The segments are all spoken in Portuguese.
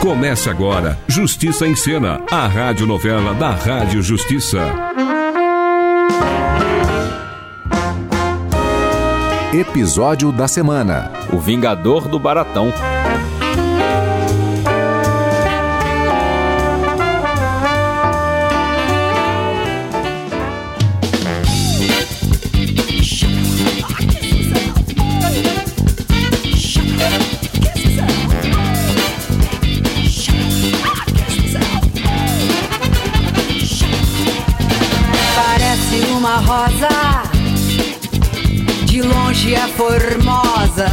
Começa agora Justiça em Cena, a rádio novela da Rádio Justiça. Episódio da semana. O Vingador do Baratão. Parece uma rosa, de longe é formosa,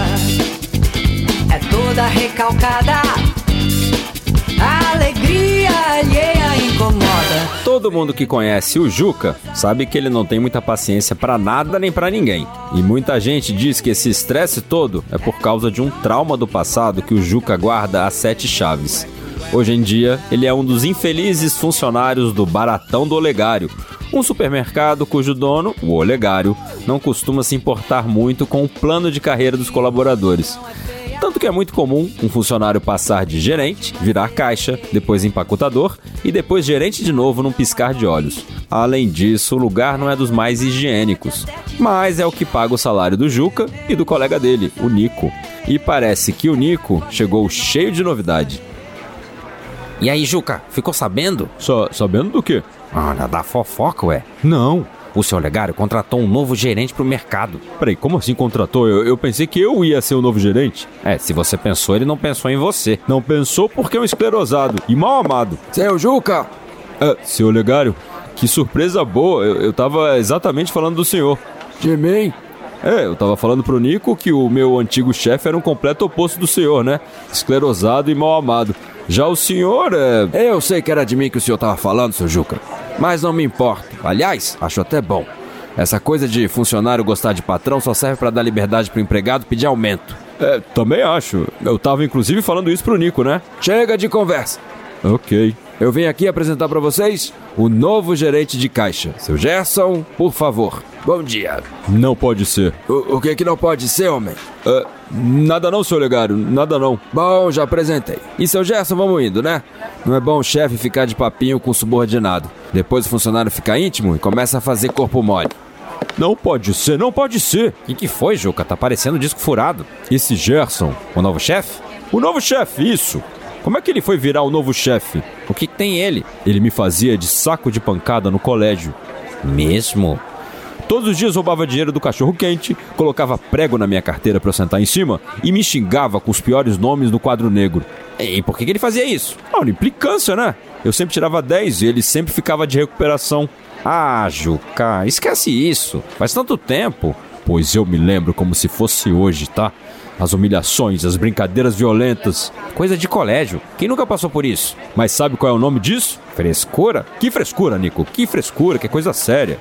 é toda recalcada. A alegria alheia incomoda. Todo mundo que conhece o Juca sabe que ele não tem muita paciência pra nada nem pra ninguém. E muita gente diz que esse estresse todo é por causa de um trauma do passado que o Juca guarda a sete chaves. Hoje em dia, ele é um dos infelizes funcionários do Baratão do Olegário, um supermercado cujo dono, o Olegário, não costuma se importar muito com o plano de carreira dos colaboradores. Tanto que é muito comum um funcionário passar de gerente, virar caixa, depois empacotador e depois gerente de novo num piscar de olhos. Além disso, o lugar não é dos mais higiênicos, mas é o que paga o salário do Juca e do colega dele, o Nico. E parece que o Nico chegou cheio de novidade. E aí, Juca, ficou sabendo? sabendo do quê? Olha, da fofoca, ué. Não. O seu Olegário contratou um novo gerente pro mercado. Peraí, como assim contratou? Eu, eu pensei que eu ia ser o novo gerente. É, se você pensou, ele não pensou em você. Não pensou porque é um esclerosado e mal amado. Seu Juca! É, seu Olegário, que surpresa boa. Eu, eu tava exatamente falando do senhor. De mim? É, eu tava falando pro Nico que o meu antigo chefe era um completo oposto do senhor, né? Esclerosado e mal amado. Já o senhor é. Eu sei que era de mim que o senhor tava falando, seu Juca. Mas não me importa. Aliás, acho até bom. Essa coisa de funcionário gostar de patrão só serve pra dar liberdade pro empregado pedir aumento. é, também acho. Eu tava inclusive falando isso pro Nico, né? Chega de conversa. Ok. Eu vim aqui apresentar pra vocês o novo gerente de caixa. Seu Gerson, por favor. Bom dia. Não pode ser. O, o que que não pode ser, homem? É, nada não, seu Olegário. Nada não. Bom, já apresentei. E seu Gerson, vamos indo, né? Não é bom o chefe ficar de papinho com o subordinado. Depois o funcionário fica íntimo e começa a fazer corpo mole. Não pode ser, não pode ser. E que foi, Juca? Tá parecendo disco furado. Esse Gerson, O novo chefe? o novo chefe, isso. Como é que ele foi virar o novo chefe? O que, que tem ele? Ele me fazia de saco de pancada no colégio. Mesmo? Todos os dias roubava dinheiro do cachorro quente, colocava prego na minha carteira pra eu sentar em cima e me xingava com os piores nomes no quadro negro. E por que, que ele fazia isso? Olha, implicância, né? Eu sempre tirava 10 e ele sempre ficava de recuperação. Ah, Juca, esquece isso. Faz tanto tempo. Pois eu me lembro como se fosse hoje, tá? As humilhações, as brincadeiras violentas. Coisa de colégio. Quem nunca passou por isso? Mas sabe qual é o nome disso? Frescura? Que frescura, Nico. Que frescura, que coisa séria.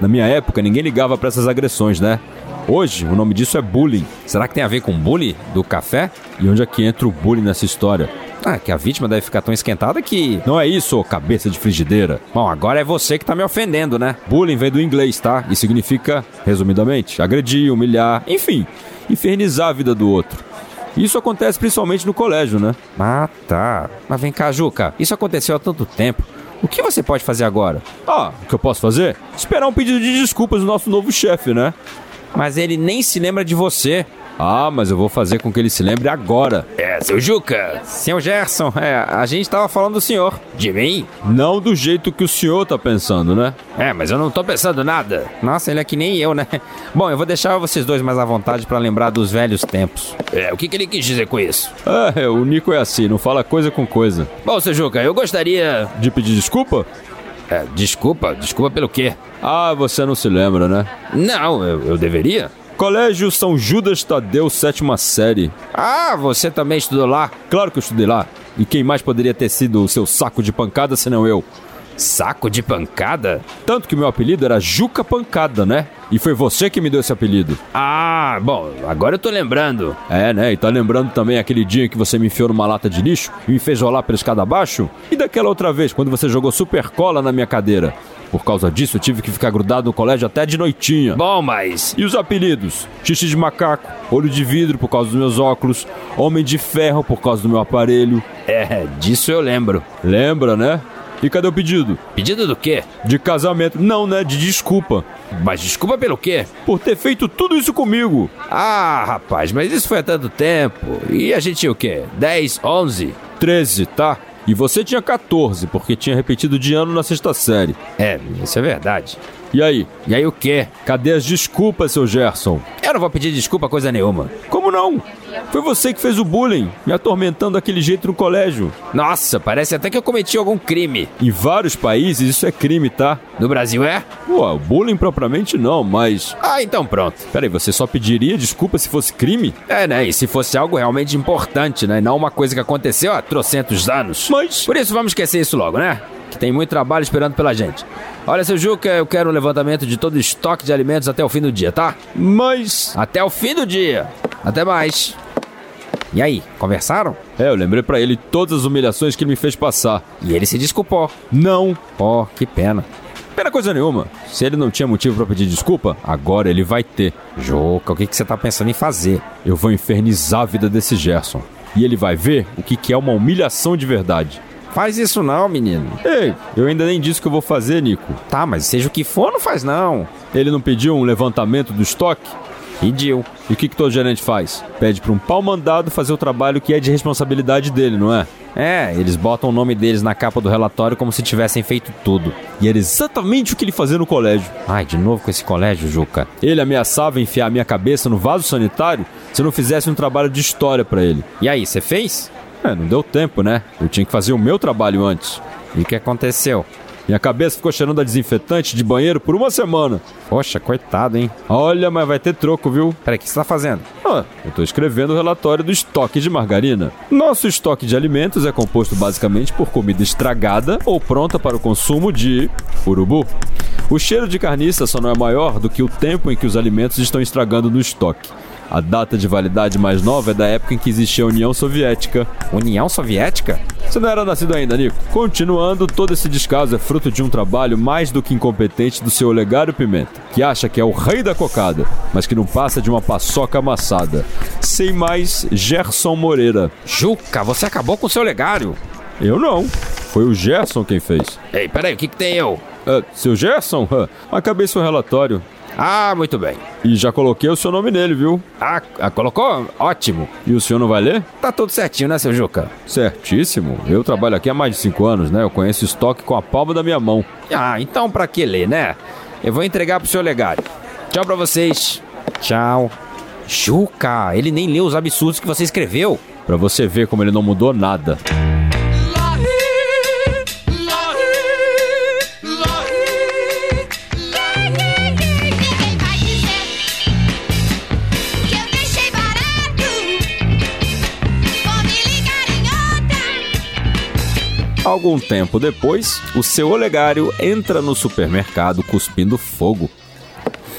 Na minha época, ninguém ligava pra essas agressões, né? Hoje, o nome disso é bullying. Será que tem a ver com bullying do café? E onde é que entra o bullying nessa história? Ah, que a vítima deve ficar tão esquentada que. Não é isso, ô cabeça de frigideira. Bom, agora é você que tá me ofendendo, né? Bullying vem do inglês, tá? E significa, resumidamente, agredir, humilhar, enfim, infernizar a vida do outro. Isso acontece principalmente no colégio, né? Ah, tá. Mas vem cá, Juca. Isso aconteceu há tanto tempo. O que você pode fazer agora? Ah, o que eu posso fazer? Esperar um pedido de desculpas do nosso novo chefe, né? Mas ele nem se lembra de você. Ah, mas eu vou fazer com que ele se lembre agora. É, seu Juca. Seu Gerson, é, a gente tava falando do senhor. De mim? Não do jeito que o senhor tá pensando, né? É, mas eu não tô pensando nada. Nossa, ele é que nem eu, né? Bom, eu vou deixar vocês dois mais à vontade pra lembrar dos velhos tempos. É, o que, que ele quis dizer com isso? É, o Nico é assim, não fala coisa com coisa. Bom, seu Juca, eu gostaria. De pedir desculpa? É, desculpa, desculpa pelo quê? Ah, você não se lembra, né? Não, eu, eu deveria. Colégio São Judas Tadeu, sétima série. Ah, você também estudou lá? Claro que eu estudei lá. E quem mais poderia ter sido o seu saco de pancada senão eu? Saco de pancada? Tanto que meu apelido era Juca Pancada, né? E foi você que me deu esse apelido. Ah, bom, agora eu tô lembrando. É, né? E tá lembrando também aquele dia que você me enfiou numa lata de lixo e me fez rolar pela escada abaixo? E daquela outra vez, quando você jogou super cola na minha cadeira? Por causa disso, eu tive que ficar grudado no colégio até de noitinha. Bom, mas. E os apelidos? Xixi de macaco, olho de vidro por causa dos meus óculos, homem de ferro por causa do meu aparelho. É, disso eu lembro. Lembra, né? E cadê o pedido? Pedido do quê? De casamento. Não, né? De desculpa. Mas desculpa pelo quê? Por ter feito tudo isso comigo. Ah, rapaz, mas isso foi há tanto tempo. E a gente tinha o quê? 10, 11? 13, tá? E você tinha 14, porque tinha repetido de ano na sexta série. É, isso é verdade. E aí? E aí o quê? Cadê as desculpas, seu Gerson? Eu não vou pedir desculpa coisa nenhuma. Como não? Foi você que fez o bullying, me atormentando daquele jeito no colégio. Nossa, parece É, até que eu cometi um algum crime. Em vários países isso é crime, tá? No Brasil é? Ué, bullying propriamente não, mas. Ah, então pronto. Peraí, você só pediria desculpa se fosse crime? É, né? E se fosse algo realmente importante, né? E não uma coisa que aconteceu há trocentos anos. Mas. Por isso vamos esquecer isso logo, né? que tem muito trabalho esperando pela gente. Olha, seu Juca, eu quero um levantamento de todo o estoque de alimentos até o fim do dia, tá? Mas. Até o fim do dia! Até mais! E aí, conversaram? É, eu lembrei para ele todas as humilhações que ele me fez passar. E ele se desculpou. Não! Ó, oh, que pena. Pena coisa nenhuma. Se ele não tinha motivo para pedir desculpa, agora ele vai ter. Juca, o que, que você tá pensando em fazer? Eu vou infernizar a vida desse Gerson. E ele vai ver o que, que é uma humilhação de verdade. Faz isso não, menino. Ei, eu ainda nem disse o que eu vou fazer, Nico. Tá, mas seja o que for, não faz não. Ele não pediu um levantamento do estoque? Pediu. E o que, que todo gerente faz? Pede para um pau mandado fazer o trabalho que é de responsabilidade dele, não é? É, eles botam o nome deles na capa do relatório como se tivessem feito tudo. E era exatamente o que ele fazia no colégio. Ai, de novo com esse colégio, Juca. Ele ameaçava enfiar a minha cabeça no vaso sanitário se eu não fizesse um trabalho de história para ele. E aí, você fez? É, não deu tempo, né? Eu tinha que fazer o meu trabalho antes. E o que aconteceu? Minha cabeça ficou cheirando a desinfetante de banheiro por uma semana. Poxa, coitado, hein? Olha, mas vai ter troco, viu? Peraí, o que você tá fazendo? Ah, eu tô escrevendo o relatório do estoque de margarina. Nosso estoque de alimentos é composto basicamente por comida estragada ou pronta para o consumo de urubu. O cheiro de carniça só não é maior do que o tempo em que os alimentos estão estragando no estoque. A data de validade mais nova é da época em que existia a União Soviética. União Soviética? Você não era nascido ainda, Nico. Continuando, todo esse descaso é fruto de um trabalho mais do que incompetente do seu Olegário Pimenta, que acha que é o rei da cocada, mas que não passa de uma paçoca amassada. Sem mais, Gerson Moreira. Juca, você acabou com o seu Olegário. Eu não. Foi o Gerson quem fez. Ei, peraí, o que, que tem eu? Ah, seu Gerson? Ah, acabei seu relatório. Ah, muito bem. E já coloquei o seu nome nele, viu? Ah, ah, colocou? Ótimo. E o senhor não vai ler? Tá tudo certinho, né, seu Juca? Certíssimo. Eu trabalho aqui há mais de cinco anos, né? Eu conheço o estoque com a palma da minha mão. Ah, então pra que ler, né? Eu vou entregar pro seu legado. Tchau pra vocês. Tchau. Juca, ele nem leu os absurdos que você escreveu. Pra você ver como ele não mudou nada. Algum tempo depois, o seu Olegário entra no supermercado cuspindo fogo.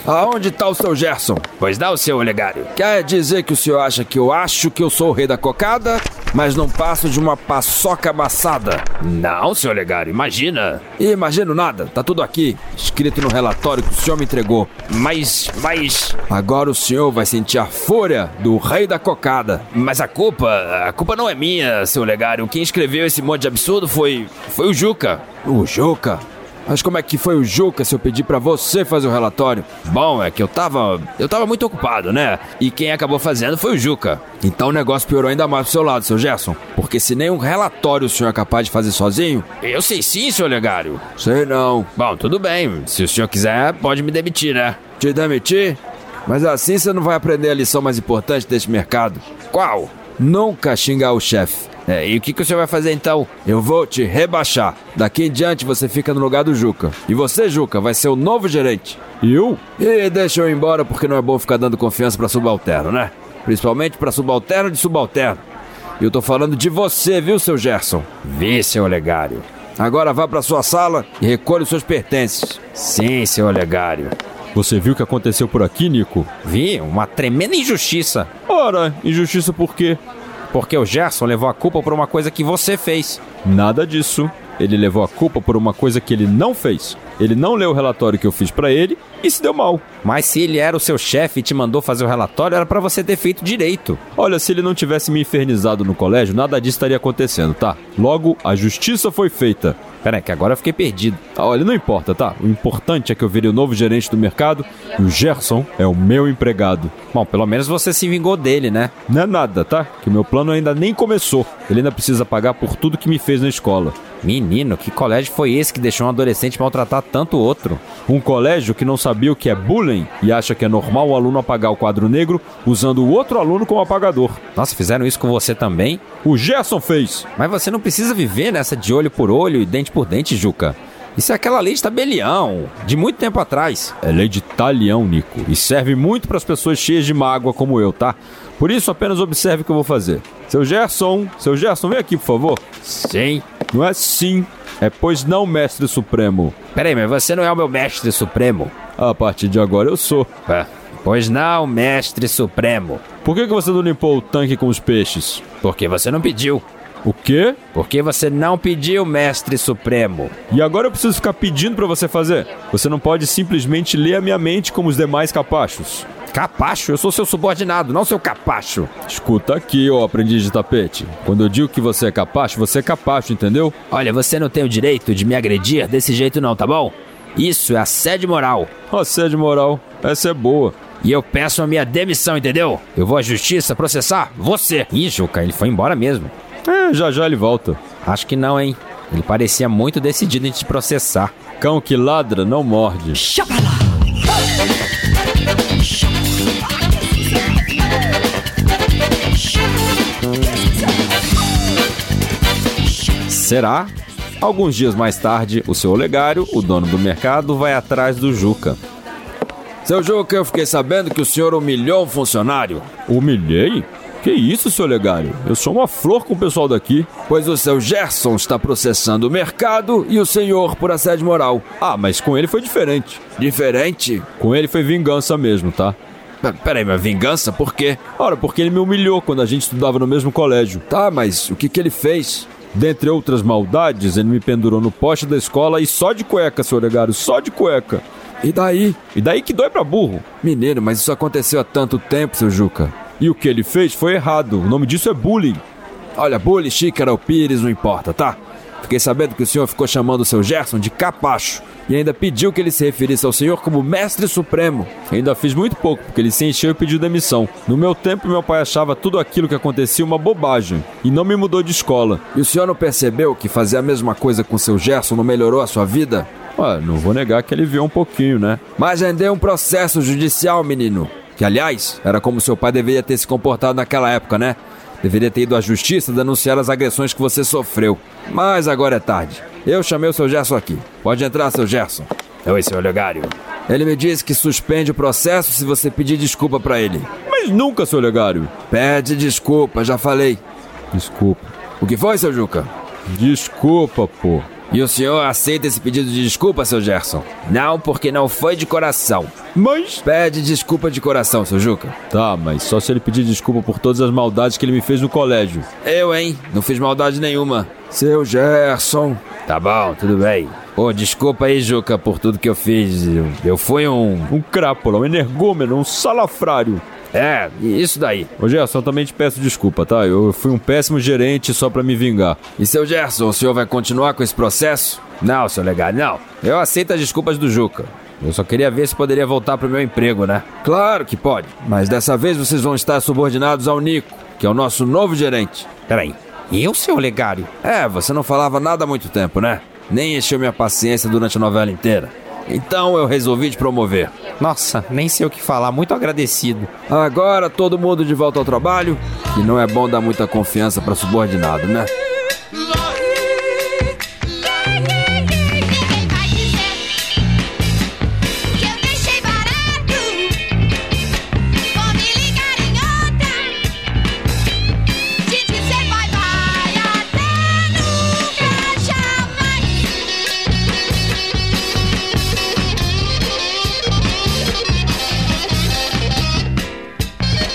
Aonde tá o seu Gerson? Pois dá o seu Olegário. Quer dizer que o senhor acha que eu acho que eu sou o rei da cocada, mas não passo de uma paçoca amassada? Não, seu Olegário, imagina. Imagino nada, tá tudo aqui, escrito no relatório que o senhor me entregou. Mas, mas... Agora o senhor vai sentir a fúria do rei da cocada. Mas a culpa, a culpa não é minha, seu Olegário. Quem escreveu esse monte de absurdo foi, foi o Juca. O Juca? Mas como é que foi o Juca se eu pedi para você fazer o relatório? Bom, é que eu tava. Eu tava muito ocupado, né? E quem acabou fazendo foi o Juca. Então o negócio piorou ainda mais pro seu lado, seu Gerson. Porque se nem um relatório o senhor é capaz de fazer sozinho. Eu sei sim, seu Olegário. Sei não. Bom, tudo bem. Se o senhor quiser, pode me demitir, né? Te demitir? Mas assim você não vai aprender a lição mais importante deste mercado. Qual? Nunca xingar o chefe. É, e o que, que o senhor vai fazer então? Eu vou te rebaixar. Daqui em diante você fica no lugar do Juca. E você, Juca, vai ser o novo gerente. Eu? E deixa eu ir embora porque não é bom ficar dando confiança para subalterno, né? Principalmente para subalterno de subalterno. E eu tô falando de você, viu, seu Gerson? Vi, seu Olegário. Agora vá para sua sala e recolha os seus pertences. Sim, seu Olegário. Você viu o que aconteceu por aqui, Nico? Vi uma tremenda injustiça. Ora, injustiça por quê? Porque o Gerson levou a culpa por uma coisa que você fez. Nada disso. Ele levou a culpa por uma coisa que ele não fez. Ele não leu o relatório que eu fiz para ele e se deu mal. Mas se ele era o seu chefe e te mandou fazer o relatório, era para você ter feito direito. Olha, se ele não tivesse me infernizado no colégio, nada disso estaria acontecendo, tá? Logo, a justiça foi feita. Peraí, que agora eu fiquei perdido. Olha, não importa, tá? O importante é que eu virei o novo gerente do mercado e o Gerson é o meu empregado. Bom, pelo menos você se vingou dele, né? Não é nada, tá? Que meu plano ainda nem começou. Ele ainda precisa pagar por tudo que me fez na escola. Menino, que colégio foi esse que deixou um adolescente maltratar tanto outro? Um colégio que não sabia o que é bullying e acha que é normal o aluno apagar o quadro negro usando o outro aluno como apagador. Nossa, fizeram isso com você também? O Gerson fez! Mas você não precisa viver nessa de olho por olho e dente por dente, Juca. Isso é aquela lei de tabelião, de muito tempo atrás. É lei de talião, Nico, e serve muito para as pessoas cheias de mágoa como eu, tá? Por isso, apenas observe o que eu vou fazer. Seu Gerson, seu Gerson, vem aqui, por favor. Sim. Não é sim, é pois não, mestre supremo. Peraí, mas você não é o meu mestre supremo. A partir de agora eu sou. É. Pois não, mestre supremo. Por que, que você não limpou o tanque com os peixes? Porque você não pediu. O quê? Porque você não pediu, mestre supremo. E agora eu preciso ficar pedindo para você fazer? Você não pode simplesmente ler a minha mente como os demais capachos. Capacho? Eu sou seu subordinado, não seu capacho. Escuta aqui, ô aprendiz de tapete. Quando eu digo que você é capacho, você é capacho, entendeu? Olha, você não tem o direito de me agredir desse jeito não, tá bom? Isso é assédio moral. Assédio moral. Essa é boa. E eu peço a minha demissão, entendeu? Eu vou à justiça processar você. Ih, Juca, ele foi embora mesmo. É, já já ele volta. Acho que não, hein? Ele parecia muito decidido em te processar. Cão que ladra não morde. Xapalá. Será? Alguns dias mais tarde, o seu Olegário, o dono do mercado, vai atrás do Juca. Seu Juca, eu fiquei sabendo que o senhor humilhou um funcionário. Humilhei? Que isso, seu Olegário? Eu sou uma flor com o pessoal daqui. Pois o seu Gerson está processando o mercado e o senhor por assédio moral. Ah, mas com ele foi diferente. Diferente? Com ele foi vingança mesmo, tá? P peraí, mas vingança? Por quê? Ora, porque ele me humilhou quando a gente estudava no mesmo colégio. Tá, mas o que, que ele fez? Dentre outras maldades, ele me pendurou no poste da escola e só de cueca, seu Olegário, só de cueca. E daí? E daí que dói pra burro. Menino, mas isso aconteceu há tanto tempo, seu Juca. E o que ele fez foi errado. O nome disso é bullying. Olha, bullying, xícara ou pires, não importa, tá? Fiquei sabendo que o senhor ficou chamando o seu Gerson de capacho e ainda pediu que ele se referisse ao senhor como mestre supremo. Ainda fiz muito pouco, porque ele se encheu e pediu demissão. No meu tempo, meu pai achava tudo aquilo que acontecia uma bobagem e não me mudou de escola. E o senhor não percebeu que fazer a mesma coisa com seu Gerson não melhorou a sua vida? Ué, não vou negar que ele viu um pouquinho, né? Mas rendeu um processo judicial, menino. Que, aliás, era como seu pai deveria ter se comportado naquela época, né? Deveria ter ido à justiça denunciar as agressões que você sofreu. Mas agora é tarde. Eu chamei o seu Gerson aqui. Pode entrar, seu Gerson. É Oi, seu Olegário. Ele me disse que suspende o processo se você pedir desculpa para ele. Mas nunca, seu Olegário. Pede desculpa, já falei. Desculpa. O que foi, seu Juca? Desculpa, pô. E o senhor aceita esse pedido de desculpa, seu Gerson? Não, porque não foi de coração. Mas. Pede desculpa de coração, seu Juca. Tá, mas só se ele pedir desculpa por todas as maldades que ele me fez no colégio. Eu, hein? Não fiz maldade nenhuma. Seu Gerson. Tá bom, tudo bem. Ô, oh, desculpa aí, Juca, por tudo que eu fiz. Eu, eu fui um. Um crápula, um energúmeno, um salafrário. É, isso daí. Ô Gerson, eu também te peço desculpa, tá? Eu fui um péssimo gerente só para me vingar. E seu Gerson, o senhor vai continuar com esse processo? Não, seu legado, não. Eu aceito as desculpas do Juca. Eu só queria ver se poderia voltar pro meu emprego, né? Claro que pode, mas dessa vez vocês vão estar subordinados ao Nico, que é o nosso novo gerente. Peraí, eu, seu Legário? É, você não falava nada há muito tempo, né? Nem encheu minha paciência durante a novela inteira. Então eu resolvi te promover. Nossa, nem sei o que falar, muito agradecido. Agora todo mundo de volta ao trabalho, e não é bom dar muita confiança para subordinado, né?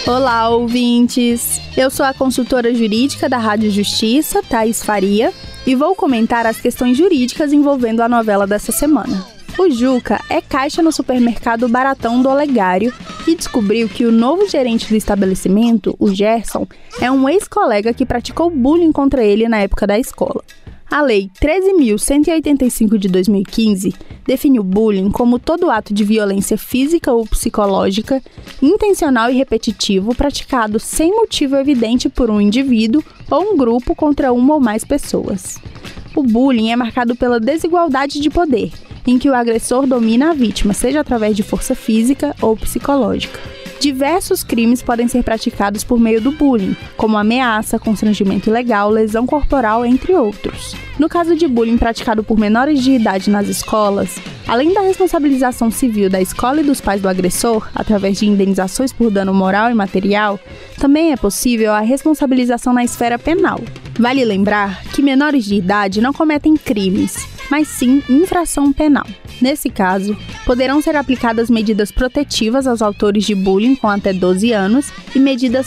Olá, ouvintes! Eu sou a consultora jurídica da Rádio Justiça, Thais Faria, e vou comentar as questões jurídicas envolvendo a novela dessa semana. O Juca é caixa no supermercado Baratão do Olegário e descobriu que o novo gerente do estabelecimento, o Gerson, é um ex-colega que praticou bullying contra ele na época da escola. A Lei 13.185 de 2015 define o bullying como todo ato de violência física ou psicológica, intencional e repetitivo, praticado sem motivo evidente por um indivíduo ou um grupo contra uma ou mais pessoas. O bullying é marcado pela desigualdade de poder, em que o agressor domina a vítima, seja através de força física ou psicológica. Diversos crimes podem ser praticados por meio do bullying, como ameaça, constrangimento ilegal, lesão corporal, entre outros. No caso de bullying praticado por menores de idade nas escolas, além da responsabilização civil da escola e dos pais do agressor, através de indenizações por dano moral e material, também é possível a responsabilização na esfera penal. Vale lembrar que menores de idade não cometem crimes, mas sim infração penal. Nesse caso, poderão ser aplicadas medidas protetivas aos autores de bullying com até 12 anos e medidas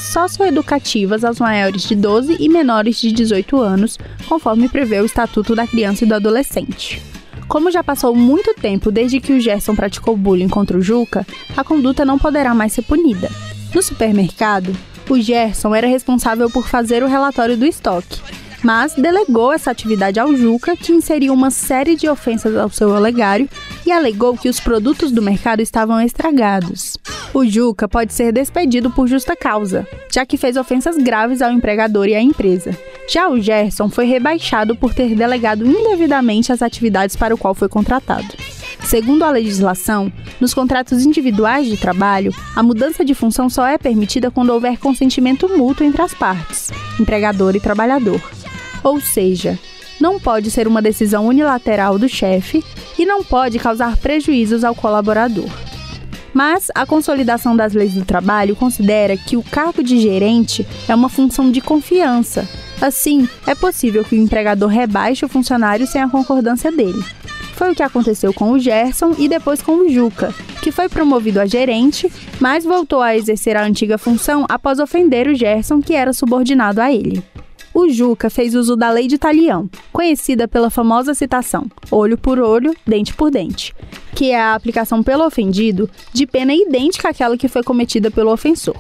socioeducativas aos maiores de 12 e menores de 18 anos, conforme prevê o Estatuto da Criança e do Adolescente. Como já passou muito tempo desde que o Gerson praticou bullying contra o Juca, a conduta não poderá mais ser punida. No supermercado, o Gerson era responsável por fazer o relatório do estoque, mas delegou essa atividade ao Juca, que inseriu uma série de ofensas ao seu olegário e alegou que os produtos do mercado estavam estragados. O Juca pode ser despedido por justa causa, já que fez ofensas graves ao empregador e à empresa. Já o Gerson foi rebaixado por ter delegado indevidamente as atividades para o qual foi contratado. Segundo a legislação, nos contratos individuais de trabalho, a mudança de função só é permitida quando houver consentimento mútuo entre as partes, empregador e trabalhador. Ou seja, não pode ser uma decisão unilateral do chefe e não pode causar prejuízos ao colaborador. Mas a consolidação das leis do trabalho considera que o cargo de gerente é uma função de confiança. Assim, é possível que o empregador rebaixe o funcionário sem a concordância dele. Foi o que aconteceu com o Gerson e depois com o Juca, que foi promovido a gerente, mas voltou a exercer a antiga função após ofender o Gerson, que era subordinado a ele. O Juca fez uso da lei de talião, conhecida pela famosa citação olho por olho, dente por dente, que é a aplicação pelo ofendido de pena idêntica àquela que foi cometida pelo ofensor.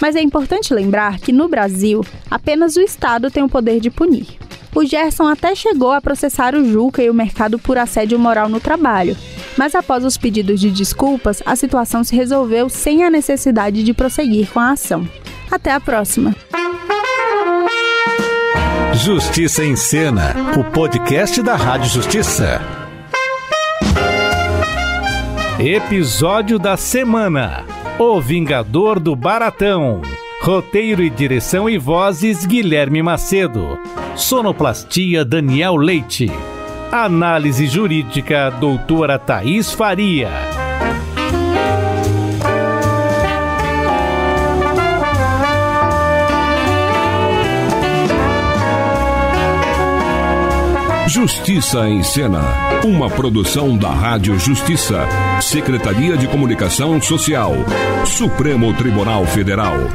Mas é importante lembrar que no Brasil, apenas o Estado tem o poder de punir. O Gerson até chegou a processar o Juca e o mercado por assédio moral no trabalho, mas após os pedidos de desculpas, a situação se resolveu sem a necessidade de prosseguir com a ação. Até a próxima! Justiça em Cena, o podcast da Rádio Justiça. Episódio da semana: O Vingador do Baratão. Roteiro e direção e vozes: Guilherme Macedo. Sonoplastia: Daniel Leite. Análise jurídica: Doutora Thaís Faria. Justiça em Cena, uma produção da Rádio Justiça, Secretaria de Comunicação Social, Supremo Tribunal Federal.